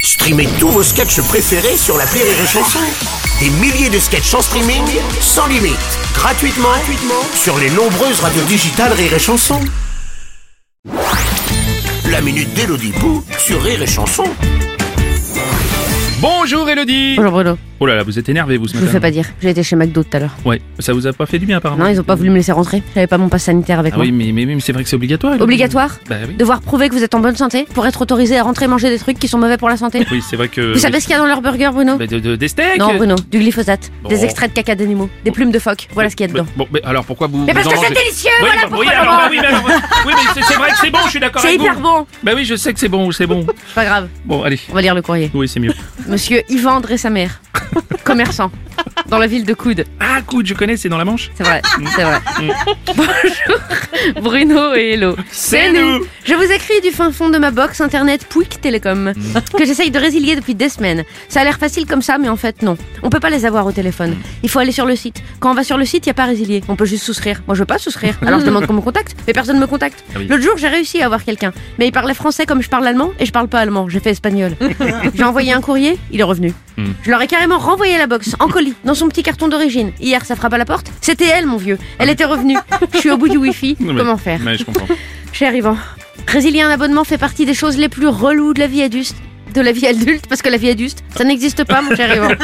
Streamez tous vos sketchs préférés sur la Rire et Chanson. Des milliers de sketchs en streaming, sans limite, gratuitement, gratuitement sur les nombreuses radios digitales Rire et Chanson. La minute d'Elodie Pou sur Rire et Chanson. Bonjour Elodie Bonjour Bruno, Oh là là, vous êtes énervé vous ce je vous matin fais pas dire, j'ai été chez McDo tout à l'heure. Ouais, ça vous a pas fait du bien apparemment Non, ils ont pas voulu me laisser rentrer, j'avais pas mon passe sanitaire avec Ah moi. oui, mais, mais, mais c'est vrai que c'est obligatoire Elodie. Obligatoire Bah oui, Devoir prouver que vous êtes en bonne santé pour être autorisé à rentrer manger des trucs qui sont mauvais pour la santé. Euh, oui c'est vrai que... Vous savez ce qu'il y a dans leur burger, Bruno Bah, de- de- Des steaks Non, Bruno, du glyphosate, Bon. des extraits de caca d'animaux, des plumes de phoque, voilà ce qu'il y a Bah, dedans. Bon, mais alors pourquoi vous... Mais parce vous en que c'est mangez délicieux, Oui, voilà bah, pourquoi oui, je alors, mange. bah oui, mais, oui, mais c'est- c'est vrai que c'est bon, je suis d'accord C'est avec hyper vous bon Bah oui, je sais que c'est bon, c'est bon Pas grave, Bon, allez, on va lire le courrier. oui c'est mieux Monsieur Yvan André sa mère, commerçant, dans la ville de Coude. Ah, coude, je connais, c'est dans la manche C'est vrai, c'est vrai. Mm. Bonjour Bruno et Hello. C'est nous. Je vous écris du fin fond de ma box internet Pouic Télécom Mm. que j'essaye de résilier depuis des semaines. Ça a l'air facile comme ça, mais en fait non. On peut pas les avoir au téléphone. Mm. Il faut aller sur le site. Quand on va sur le site, il y a pas résilier. On peut juste souscrire. Moi, je veux pas souscrire. Alors je demande qu'on me contacte, mais personne me contacte. Ah oui. L'autre jour, j'ai réussi à avoir quelqu'un, mais il parlait français comme je parle allemand et je parle pas allemand. J'ai fait espagnol. j'ai envoyé un courrier, il est revenu. Mm. Je leur ai carrément renvoyé la box en colis dans son petit carton d'origine. Hier, ça frappe à la porte. C'était elle, mon vieux. Elle était revenue. Je suis au bout du wifi. Ah Non, mais- Comment faire Ouais, je comprends. Cher Yvan, résilier un abonnement fait partie des choses les plus reloues de la vie adulte. De la vie adulte, parce que la vie adulte, ça n'existe pas, mon cher Yvan.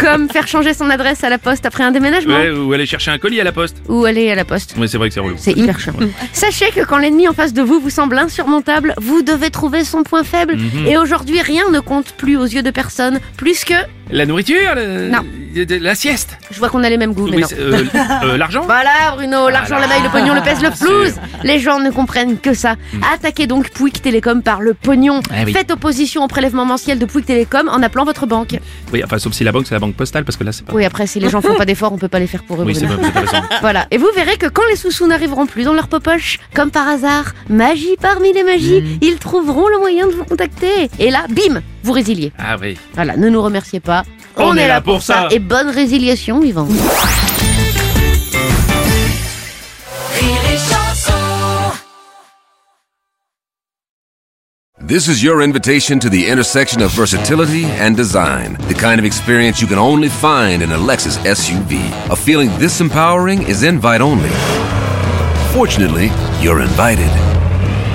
Comme faire changer son adresse à la poste après un déménagement Ouais, ou aller chercher un colis à la poste ou aller à la poste. Oui, c'est vrai que c'est relou C'est hyper chiant. Sachez que quand l'ennemi en face de vous vous semble insurmontable, vous devez trouver son point faible. Mhm. Et aujourd'hui, rien ne compte plus aux yeux de personne, plus que. La nourriture le- Non. le- La sieste Je vois qu'on a les mêmes goûts, mais Oui, non. Bah. c'est- euh, euh, L'argent Voilà Bruno, l'argent, la maille, le pognon, le pèse, le flouze Les gens ne comprennent que ça. Attaquez donc Pouic Télécom par le pognon. Ah Hmm. oui. Faites opposition au prélèvement mensuel de Pouic Télécom en appelant votre banque. Oui, enfin, sauf si la banque, c'est la banque postale, parce que là, c'est pas... Oui, après, si les gens font pas d'efforts, on peut pas les faire pour eux, Oui, c'est Bruno. pas, c'est pas raison. Voilà. Et vous verrez que quand les sous-sous n'arriveront plus dans leur popoche, comme par hasard, magie parmi les magies, Hmm. ils trouveront le moyen de vous contacter. Et là, bim, vous résiliez. Ah oui Voilà, ne nous remerciez pas. On est là pour ça. Et bonne résiliation, Yvan. This is your invitation to the intersection of versatility and design. The kind of experience you can only find in a Lexus SUV. A feeling this empowering is invite only. Fortunately, you're invited.